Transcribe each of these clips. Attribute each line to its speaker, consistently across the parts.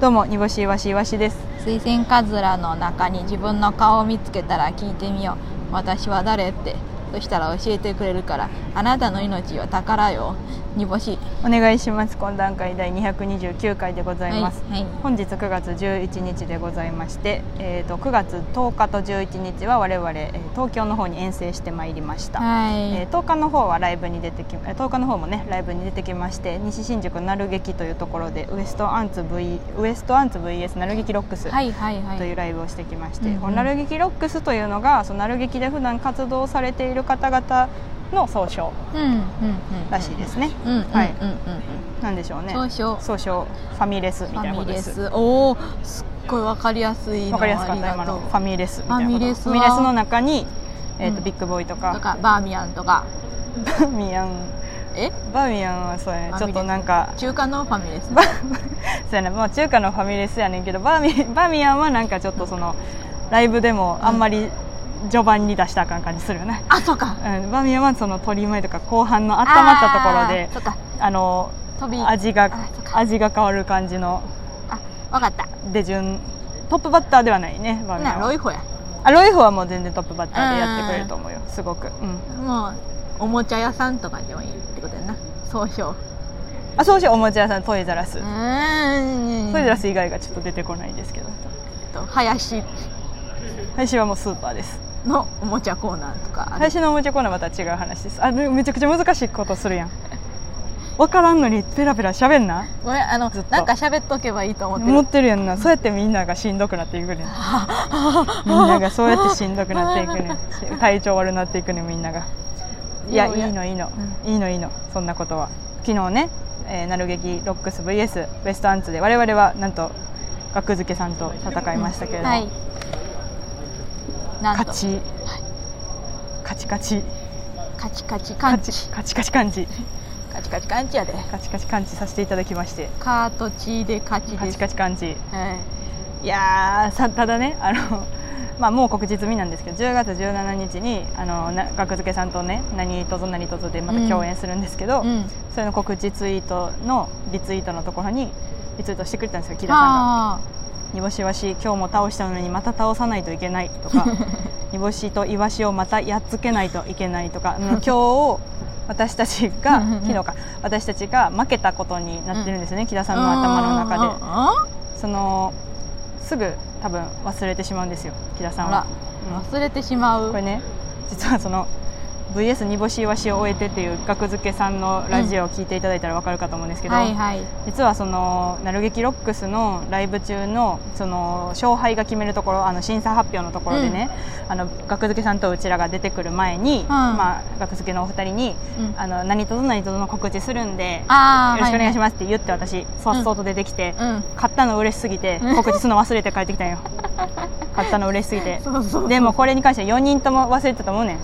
Speaker 1: どうも煮干しいわしいわしです
Speaker 2: 水仙カズラの中に自分の顔を見つけたら聞いてみよう私は誰ってそしたら教えてくれるからあなたの命は宝よ煮干し
Speaker 1: お願いします懇談会第229回でございます、
Speaker 2: はいはい
Speaker 1: 本日9月11日でございまして、えー、と9月10日と11日は我々、えー東京の方に遠征してまいりました、
Speaker 2: はい、
Speaker 1: えー10日の方はライブに出てきえー10日の方もねライブに出てきまして西新宿なる劇というところでウエストアンツ V ウエストアンツ VS なる劇ロックス
Speaker 2: はいはいはい
Speaker 1: というライブをしてきまし
Speaker 2: うん
Speaker 1: て、
Speaker 2: うん
Speaker 1: このなる劇ロックスというのがそのなる劇で普段活動されている方々の総称
Speaker 2: うんうんうん
Speaker 1: らしいですね、
Speaker 2: うんうんうんうん
Speaker 1: はいなんでしょうね
Speaker 2: うん少々
Speaker 1: 総称ファミレスみ
Speaker 2: フ
Speaker 1: たいな
Speaker 2: ァ
Speaker 1: こ
Speaker 2: ミ
Speaker 1: と
Speaker 2: レ
Speaker 1: です
Speaker 2: スおおすっごいわかりやすいの
Speaker 1: わかりやすかった
Speaker 2: あり
Speaker 1: 今
Speaker 2: がと
Speaker 1: の
Speaker 2: う
Speaker 1: ファミレスみたいなこと
Speaker 2: ファミレスは
Speaker 1: ファミレスの中に、えーと
Speaker 2: うん
Speaker 1: ビッグボーイと
Speaker 2: と
Speaker 1: か
Speaker 2: かバーミヤンとか
Speaker 1: バーミヤン
Speaker 2: え
Speaker 1: バーミヤンはそうやねちょっとなんか
Speaker 2: 中華のファミレス
Speaker 1: バそうやな、まあ、中華のファミレスやねんけどバーミバーミヤンはなんかちょっとそのライブでもあんまり序盤に出したらあかん感じするよね、
Speaker 2: あそうか
Speaker 1: うん、バーミヤンはその取り前とか後半 の温まったところで
Speaker 2: あーそうか
Speaker 1: あの
Speaker 2: 飛び
Speaker 1: 味が
Speaker 2: あそっか
Speaker 1: 味が変わる感じの
Speaker 2: あわかった
Speaker 1: 出順トップバッターではないねバーミヤ
Speaker 2: な
Speaker 1: ン
Speaker 2: ロイ
Speaker 1: は
Speaker 2: ホや
Speaker 1: あロイフはもう全然トップバッターでやってくれると思うよすごく、うん、
Speaker 2: もうおもちゃ屋さんとかでもいいってことやな総称
Speaker 1: あそうしおもちゃ屋さんトイザラス、
Speaker 2: うーん
Speaker 1: トイザラ
Speaker 2: す
Speaker 1: ス以外がちょっと出てこないですけど
Speaker 2: と林
Speaker 1: 配信はもうスーパーです
Speaker 2: のおもちゃコーナーとかある
Speaker 1: 配信のおもちゃコーナーはまた違う話ですあれめちゃくちゃ難しいことするやん分からんのにペラペラ喋んな
Speaker 2: ごめんあの
Speaker 1: ずっと
Speaker 2: なんか喋っとけばいいと思って
Speaker 1: 思っ
Speaker 2: る
Speaker 1: てるやんなそうやってみんながしんどくなっていくねんみんながそうやってしんどくなっていくね ん体調悪なっていくねんみんながいやいいのいいの、いいのいいのそんなことは昨日ね、えー、なる劇ロックス VS ウエストアンツで我々はなんと学付けさんと戦いましたけれども、
Speaker 2: はいなんと
Speaker 1: 勝ちカチカチ
Speaker 2: カチカチカ
Speaker 1: カ
Speaker 2: ンチ
Speaker 1: チカチカチ感じ
Speaker 2: カチカチカンチやで
Speaker 1: カチカチ感じさせていただきまして
Speaker 2: カートチーでカチです
Speaker 1: カチカチ感じ
Speaker 2: はい
Speaker 1: いやーさただねあの、 まあ、もう告知済みなんですけど10月17日にあのな学付けさんとね何とぞ何とぞでまた共演するんですけど、
Speaker 2: うん
Speaker 1: それの告知ツイートのリツイートのところにリツイートしてくれたんですよ木田さんが
Speaker 2: あ
Speaker 1: 「煮干しわし今日も倒したのにまた倒さないといけない」と か「煮干しとイワシをまたやっつけないといけない」と かあの今日を私たちが
Speaker 2: うんうんうん
Speaker 1: 昨日か私たちが負けたことになってるんですよね、木田さんの頭の中で
Speaker 2: 中で
Speaker 1: そのすぐ多分忘れてしまうんですよ木田さん
Speaker 2: あ
Speaker 1: は
Speaker 2: ら、
Speaker 1: うん
Speaker 2: 忘れてしまう
Speaker 1: これね実はその VS 煮干しイワシを終えてっていう額付けさんのラジオを聞いていただいたら分かるかと思うんですけど、
Speaker 2: はいはい
Speaker 1: 実はその「なる劇ロックス」のライブ中のその勝敗が決めるところあの審査発表のところでね、あの学付けさんとうちらが出てくる前に、まあ、学付けのお二人に
Speaker 2: うん
Speaker 1: 「あの何とぞ何とぞの告知するんで
Speaker 2: あ
Speaker 1: よろしくお願いし
Speaker 2: ま
Speaker 1: ます」って言って私そっそうと出てきて、
Speaker 2: すうん
Speaker 1: 買ったの嬉しすぎて告知するの忘れて帰ってきたんよ買ったの嬉しすぎて
Speaker 2: そうそう
Speaker 1: でもこれに関しては4人とも忘れてたと思うねん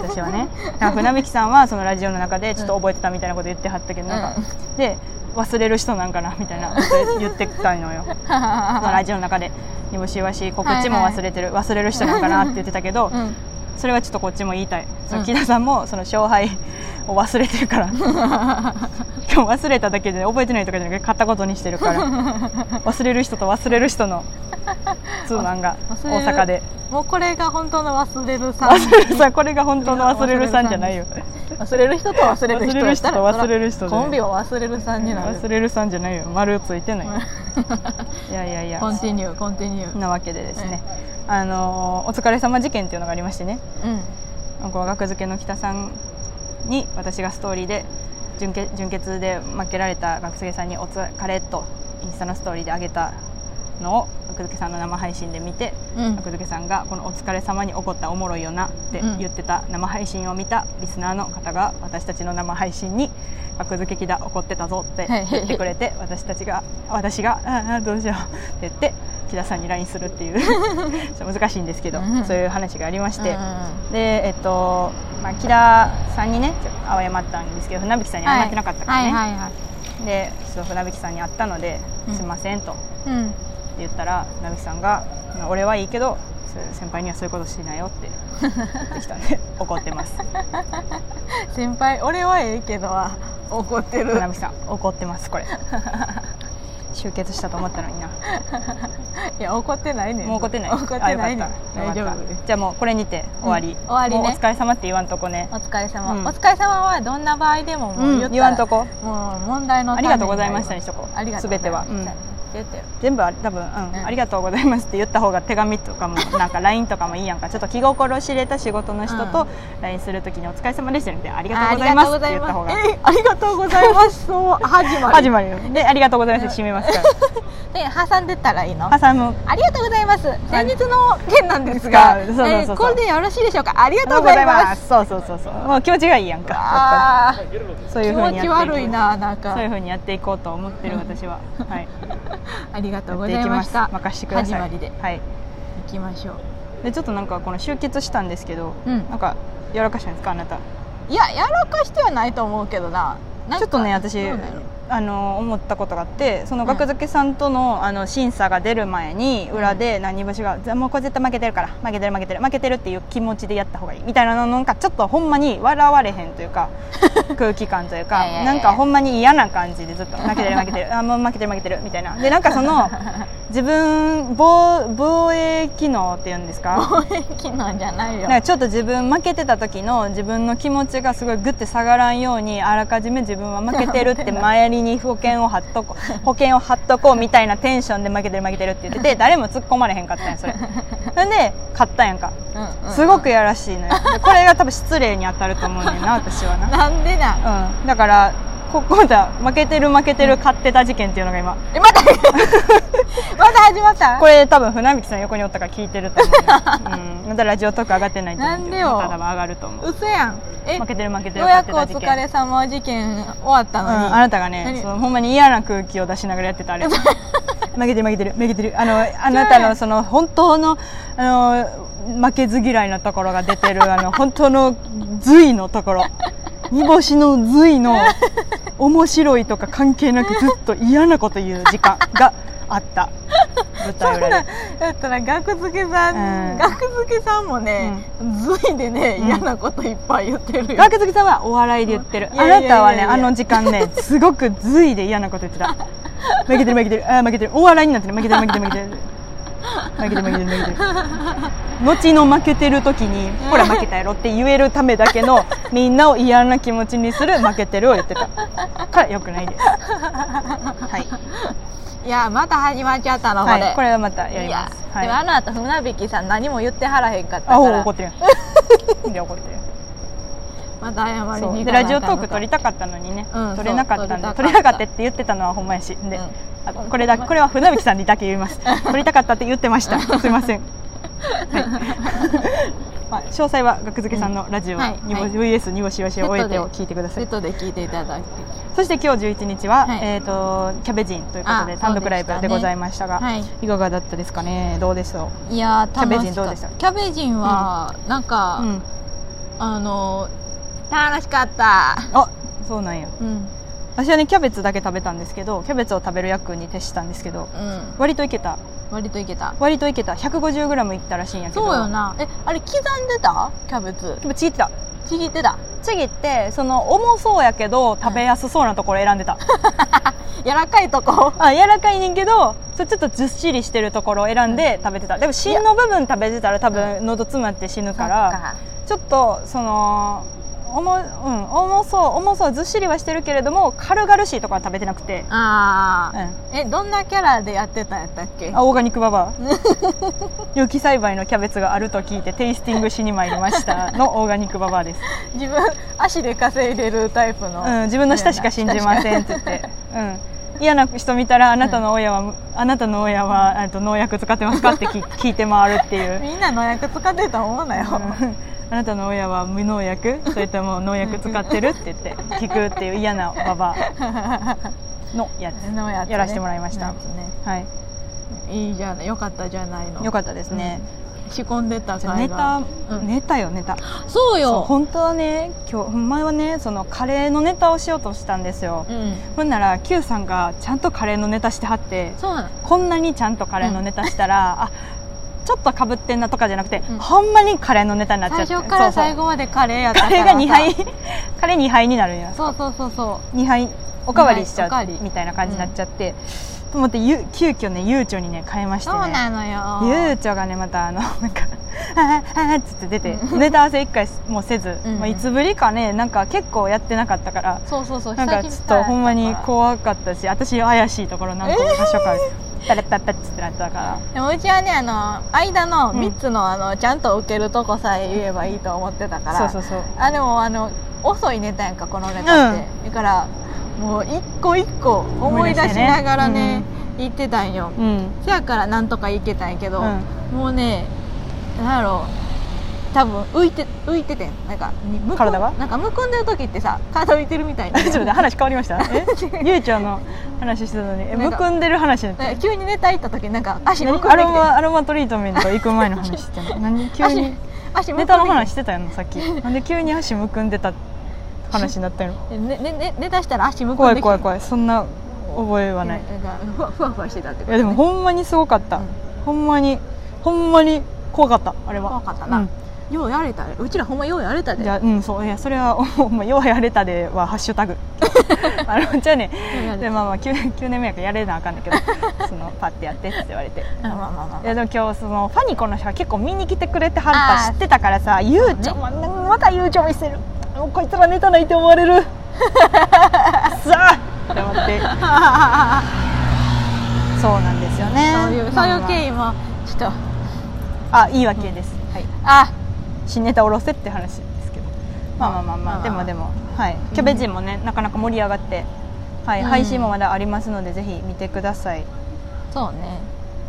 Speaker 1: 私はねなんか船引さんはそのラジオの中でちょっと覚えてたみたいなこと言ってはったけど、なんかで忘れる人なんかなみたい なこと言ってたのよそのラジオの中で「煮干しわし告知も忘れてる、 忘れる人なんかな」って言ってたけど、
Speaker 2: うん
Speaker 1: それはちょっとこっちも言いたいその
Speaker 2: うん
Speaker 1: 木田さんもその勝敗を忘れてる から今日忘れただけで覚えてないとかじゃなくて買ったことにしてるから忘れる人と忘れる人の通販が
Speaker 2: 忘
Speaker 1: 大
Speaker 2: れる
Speaker 1: 阪 で
Speaker 2: もうこれが本当の忘れるさん
Speaker 1: 忘れるさんこれが本当の忘れるさんじゃないよ
Speaker 2: 忘れる人と忘れる人やったら
Speaker 1: 忘れる人と忘れる人で
Speaker 2: コンビを忘れるさんになる
Speaker 1: 忘れるさんじゃないよ丸ついてないよいやいやいや
Speaker 2: コンティニューコンティニュー
Speaker 1: なわけでですね、あのーお疲れ様事件っていうのがありましてね
Speaker 2: うん
Speaker 1: この学付けの北さんに私がストーリーで準決準決で負けられた学生さんに「お疲れ」とインスタのストーリーであげたのを学付けさんの生配信で見て、
Speaker 2: うん
Speaker 1: 学付けさんが「このお疲れ様に起こったおもろいよな」って
Speaker 2: うん
Speaker 1: 言ってた生配信を見たリスナーの方が私たちの生配信に「学付け木田怒ってたぞ」 って
Speaker 2: はい
Speaker 1: 言ってくれて私たちが私が「ああどうしよう」って言って木田さんに LINE するっていう ちょっと難しいんですけど、
Speaker 2: うん
Speaker 1: そういう話がありまして。
Speaker 2: うん
Speaker 1: でえっと、まあ、木田さんにねちょっと謝ったんですけど船引さんに謝ってなかったからね、
Speaker 2: はいはいはい
Speaker 1: でちょっと船引さんに会ったので「
Speaker 2: うん
Speaker 1: すいません」と
Speaker 2: うん
Speaker 1: 言ったら船引さんが「まあ俺はいいけどそういう先輩にはそういうことしないよ」って言ってきたん で怒ってます
Speaker 2: 先輩俺はええけどは怒ってる
Speaker 1: 船引さん怒ってますこれ集結したと思ったのにな
Speaker 2: いや怒ってないね
Speaker 1: もう怒ってない
Speaker 2: 怒ってないね
Speaker 1: あよかった
Speaker 2: 大丈
Speaker 1: よか
Speaker 2: 夫
Speaker 1: ったじゃあもうこれにて終わり、
Speaker 2: うん終わりね
Speaker 1: もうお疲れ様って言わんとこね
Speaker 2: お疲れ様、
Speaker 1: うん
Speaker 2: お疲れ様はどんな場合でももう言ったら、
Speaker 1: うん言わんとこ
Speaker 2: もう問題の
Speaker 1: ありがとうございましたにしとこう
Speaker 2: ありがとう
Speaker 1: 全ては、うん
Speaker 2: 全ては
Speaker 1: 全部あ多分、うん
Speaker 2: うん
Speaker 1: ありがとうございますって言った方が手紙と かもなんか LINE とかもいいやんかちょっと気心知れた仕事の人と LINE するときに「お疲れ様でした」って「ありがとうございます」って言った方が
Speaker 2: えありがとうございますそう 始まる
Speaker 1: 始まるよで「ありがとうございます」って締めますか
Speaker 2: で挟んでったらいいの
Speaker 1: ら挟む
Speaker 2: ありがとうございます先日の件なんですが、
Speaker 1: そうそうそうそう
Speaker 2: えーこれでよろしいでしょうかありがとうございます
Speaker 1: そうそうそうそうもう気持ちがいいやんかや
Speaker 2: ああ
Speaker 1: っぱりそういう
Speaker 2: 気
Speaker 1: ふうにやって
Speaker 2: 持
Speaker 1: い
Speaker 2: ち
Speaker 1: こう
Speaker 2: 悪いななんか
Speaker 1: そういうふうにやっていこうと思ってる私は、はい
Speaker 2: ありがとう
Speaker 1: やっ
Speaker 2: ご
Speaker 1: てい
Speaker 2: ざい
Speaker 1: き
Speaker 2: ま
Speaker 1: ま
Speaker 2: し
Speaker 1: す
Speaker 2: た
Speaker 1: 任してください
Speaker 2: 始まりで
Speaker 1: はい
Speaker 2: 行きましょう
Speaker 1: でちょっとなんかこの集結したんですけど、
Speaker 2: うん
Speaker 1: なんかやらかしたんですかあなた
Speaker 2: いややらかしてはないと思うけどななんか
Speaker 1: ちょっとね私
Speaker 2: どう なんやろ
Speaker 1: あの思ったことがあってその額付けさんとの,、あの審査が出る前に裏で何星が「もうこれ絶対負けてるから負けてる負けてる負けてる」っていう気持ちでやった方がいいみたいなのなんかちょっとほんまに笑われへんという か空気感というか
Speaker 2: いやいやいや
Speaker 1: なんかほんまに嫌な感じでずっと「負けてる負けてるあもう負けてる負けてる」みたいなでなんかそ の自分防防衛機能っていうんですか
Speaker 2: 応援機能じゃないよ
Speaker 1: なんかちょっと自分負けてた時の自分の気持ちがすごいグッて下がらんようにあらかじめ自分は負けてるって周りに保険を貼っとこ う保険を貼っとこうみたいなテンションで負けてる負けてるって言ってて誰も突っ込まれへんかったんやそ れそれで勝ったんやんか
Speaker 2: うんうん
Speaker 1: すごくやらしいのよでこれが多分失礼に当たると思うねんな私は な、
Speaker 2: なんでなん
Speaker 1: うん、だからここだ負けてる負けてる勝ってた事件っていうのが今
Speaker 2: えまたまた始まった
Speaker 1: これ多分船引さん横におったから聞いてると 思うね、うん、まだラジオトーク上がってないと思うけど
Speaker 2: なんでよ
Speaker 1: また多分上がると思う
Speaker 2: 嘘やんえ
Speaker 1: 負けてる負けてる
Speaker 2: ようやくお
Speaker 1: 勝ってた事件
Speaker 2: 疲れ様事件終わったのに、
Speaker 1: うん、あなたが
Speaker 2: 何
Speaker 1: ねそのほんまに嫌な空気を出しながらやってたあれ 負けてる負けてる負けてるあのあなたのその本当のあの負けず嫌いなところが出てる あの本当の随のところ煮干しの随の面白いとか関係なくずっと嫌なこと言う時間があった舞台裏で
Speaker 2: だったら額付けさん、
Speaker 1: うん
Speaker 2: 額付けさんもね、随でね、
Speaker 1: うん
Speaker 2: 嫌なこといっぱい言ってるよ
Speaker 1: 学月さんはお笑いで言ってる
Speaker 2: うんいや
Speaker 1: あ
Speaker 2: いやい
Speaker 1: な
Speaker 2: やいや
Speaker 1: たはねあの時間 ねすごく随で嫌なこと言ってた負けてる負けてるあー負けてるお笑いになってる負けてる負けてる負けてる負けてる負けてる負けてる後の負けてる時にほら負けたやろって言えるためだけ のみんなを嫌な気持ちにする負けてるを言ってたからよくないですはい、
Speaker 2: いやまた始まっちゃったのこれ、
Speaker 1: はい、これはまたやり
Speaker 2: い
Speaker 1: ま
Speaker 2: や
Speaker 1: す、
Speaker 2: でも
Speaker 1: は
Speaker 2: あ
Speaker 1: い、
Speaker 2: の後船引きさん何も言ってはらへんかった
Speaker 1: あ
Speaker 2: か
Speaker 1: お
Speaker 2: ら
Speaker 1: 怒 ってるやんで怒ってる
Speaker 2: また謝りに行か
Speaker 1: そう
Speaker 2: な
Speaker 1: でラジオトーク撮りたかったのにね、
Speaker 2: うん
Speaker 1: 撮れなかったんで
Speaker 2: そう撮
Speaker 1: 撮
Speaker 2: り
Speaker 1: れ
Speaker 2: た
Speaker 1: な
Speaker 2: か
Speaker 1: か
Speaker 2: った
Speaker 1: ったって言ってたのはほんまやしで、
Speaker 2: うん
Speaker 1: あこれだこれは船引さんにだけ言います撮りたかったって言ってましたすいません、はい まあ、詳細は学付けさんのラジオ、
Speaker 2: うんはい
Speaker 1: にぼ
Speaker 2: はい
Speaker 1: VS 煮干しわしを終えてを聞いてくださ
Speaker 2: セッ
Speaker 1: い
Speaker 2: トで聞いていただき
Speaker 1: そして今日11日は、
Speaker 2: はい
Speaker 1: えー、とキャベジンということで
Speaker 2: あ
Speaker 1: 単独ライ
Speaker 2: そう
Speaker 1: ブで
Speaker 2: でしたね
Speaker 1: ございましたが、
Speaker 2: はい
Speaker 1: いかがだったですかねどうでしょ
Speaker 2: いやー
Speaker 1: キャベ
Speaker 2: 楽
Speaker 1: ジン
Speaker 2: し
Speaker 1: どう
Speaker 2: か
Speaker 1: で
Speaker 2: っ
Speaker 1: したた
Speaker 2: キャベジンは、なん
Speaker 1: う、
Speaker 2: か、
Speaker 1: うん、
Speaker 2: あのー楽しかった
Speaker 1: あそうなんや
Speaker 2: うん
Speaker 1: 私はねキャベツだけ食べたんですけどキャベツを食べる役に徹したんですけど
Speaker 2: うん
Speaker 1: 割といけた
Speaker 2: 割といけた
Speaker 1: 割といけた 150g いったらしいんやけど
Speaker 2: そうよなえあれ刻んでたキャベツ
Speaker 1: でもちぎってた
Speaker 2: ちぎってた
Speaker 1: ちぎってその重そうやけど食べやすそうなところ選んでた、
Speaker 2: 柔らかいとこ
Speaker 1: あ柔らかいねんけどそれちょっとずっしりしてるところを選んで食べてたでも芯の部分食べてたら多分喉詰まって死ぬからちょっとその重,、うん、重そう重そうずっしりはしてるけれども軽々しいところは食べてなくて、
Speaker 2: あ
Speaker 1: う
Speaker 2: あ、
Speaker 1: ん、
Speaker 2: えどんなキャラでやってたんやったっけ
Speaker 1: あオーガニックバ バア有機栽培のキャベツがあると聞いてテイスティングしに参りましたのオーガニックババアです
Speaker 2: 自分足で稼いでるタイプの、
Speaker 1: うん、自分の舌しか信じませんって言って、うん、嫌な人見たらあなたの親は、あなたの親はえっと農薬使ってますかって 聞聞いて回るっていう、
Speaker 2: みんな農薬使ってると思うなよ、
Speaker 1: うんあなたの親は無農薬それとも農薬使ってるって言って聞くっていう嫌なババアのやつ
Speaker 2: 農薬ね
Speaker 1: やらせてもらいました
Speaker 2: 農薬ね
Speaker 1: はい
Speaker 2: いいじゃないよかったじゃないの
Speaker 1: よかったですね、
Speaker 2: 仕込んでた
Speaker 1: じゃあ
Speaker 2: か
Speaker 1: ネ
Speaker 2: い
Speaker 1: タ
Speaker 2: が、うん
Speaker 1: ネタよネタ
Speaker 2: そう
Speaker 1: そう
Speaker 2: よ
Speaker 1: 本当はね今日前はねそのカレーのネタをしようとしたんですよ、
Speaker 2: うん
Speaker 1: ほんなら Q さんがちゃんとカレーのネタしてはって
Speaker 2: そうなの
Speaker 1: こんなにちゃんとカレーのネタしたら、あちょっとかぶってんなとかじゃなくて、
Speaker 2: うん
Speaker 1: ほんまにカレーのネタになっちゃって
Speaker 2: 最初から最
Speaker 1: 後
Speaker 2: 後までカレーやった
Speaker 1: カ
Speaker 2: から
Speaker 1: レー
Speaker 2: さ
Speaker 1: が2杯 カレー2杯になるんや
Speaker 2: そうそうそうそう
Speaker 1: 2杯おかわりしちゃ
Speaker 2: 二杯おかわ
Speaker 1: う
Speaker 2: り
Speaker 1: みたいな感じになっちゃって、と思ってゆ急遽ねゆうちょにね変えまして
Speaker 2: そ
Speaker 1: ね
Speaker 2: うなの
Speaker 1: ゆ
Speaker 2: よ
Speaker 1: うちょがねまたあのなんか 「あーあー」っつって出てネタ合わせ一回もせず、
Speaker 2: うんうん
Speaker 1: まあ、いつぶりかねなんか結構やってなかったから
Speaker 2: そうそうそう
Speaker 1: なんかちょっとほんまに怖かったし私怪しいところ何個も箇所かパラッパッパッつってなってたから
Speaker 2: でもうちはねあの間の
Speaker 1: うん
Speaker 2: 3つの,、あのちゃんと受けるとこさえ言えばいいと思ってたから
Speaker 1: そうそうそう
Speaker 2: あでもあの遅いネタやんかこのネタって、だからもう一個一個思い出しながらね
Speaker 1: 思い出
Speaker 2: 言ってたんよ、
Speaker 1: うん
Speaker 2: せやからなんとかいけたんやけど、
Speaker 1: うん
Speaker 2: もうねなんやろう多分浮いて浮いててんなんかにむくん
Speaker 1: 体は
Speaker 2: なんかむくんでる時ってさ体浮いてるみた いな
Speaker 1: 大丈夫だ話変わりました えゆうちゃんの話してたのにえ
Speaker 2: な
Speaker 1: む
Speaker 2: んか
Speaker 1: くんでる話だった
Speaker 2: なんか急にネタ行った時なんか足む
Speaker 1: 何
Speaker 2: くん
Speaker 1: ア
Speaker 2: でき
Speaker 1: ロ
Speaker 2: て
Speaker 1: マアロマトリートメント行く前の話してん の何急に
Speaker 2: 足むくんできて
Speaker 1: ネタの話してたよなさっきなんで急に足むくんでた話になったの
Speaker 2: ねねねネタしたら足むくんできて
Speaker 1: 怖い怖い怖いそんな覚えはない、
Speaker 2: んかふわふわふわしてたってこ
Speaker 1: い
Speaker 2: と、ね、
Speaker 1: やでもほんまにすごかった、
Speaker 2: うん
Speaker 1: ほんまにほんまに怖かったあれは
Speaker 2: 怖かったな、
Speaker 1: うん
Speaker 2: ようやれたねうちらほんまようやれたで
Speaker 1: いやうんそういやそれは ほんま「ようやれたで」はハッシュ タグあのじゃあね
Speaker 2: うやれた
Speaker 1: でまあまあ 9, 9年目やからやれなあかん ねんけどそのパッてやってって言われて
Speaker 2: まあまあまあまあ
Speaker 1: いやでも今日そのファニコの人が結構見に来てくれてはった
Speaker 2: あ
Speaker 1: 知
Speaker 2: ー
Speaker 1: ってたからさゆうちょままたゆうちょ見せるもうこいつらネタないって思われ るさあって思って そうなんですよね
Speaker 2: そういうそういう
Speaker 1: 緯
Speaker 2: 経緯もちょっと
Speaker 1: あいいわけです、はい
Speaker 2: あ
Speaker 1: 新ネタおろせって話ですけどまあまあまあまあ、
Speaker 2: まあ
Speaker 1: でもでもはいキャベジンもね、なかなか盛り上がってはい、
Speaker 2: うん
Speaker 1: 配信もまだありますのでぜひ見てください
Speaker 2: そうね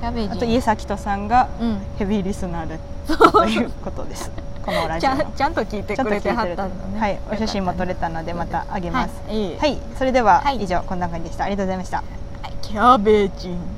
Speaker 2: キャベジ
Speaker 1: あと家崎人さんが
Speaker 2: うん
Speaker 1: ヘビーリスナーでということですこのラ
Speaker 2: ち
Speaker 1: ジオ
Speaker 2: ゃ
Speaker 1: の
Speaker 2: んちゃんと聞いて
Speaker 1: ちょっ
Speaker 2: く
Speaker 1: と
Speaker 2: れては
Speaker 1: 聞
Speaker 2: ったんだね
Speaker 1: はいお写真も撮れたのでまたあげます
Speaker 2: はいいい
Speaker 1: はい、それでは、
Speaker 2: はい
Speaker 1: 以上こんな感じでしたありがとうございました
Speaker 2: キャベジン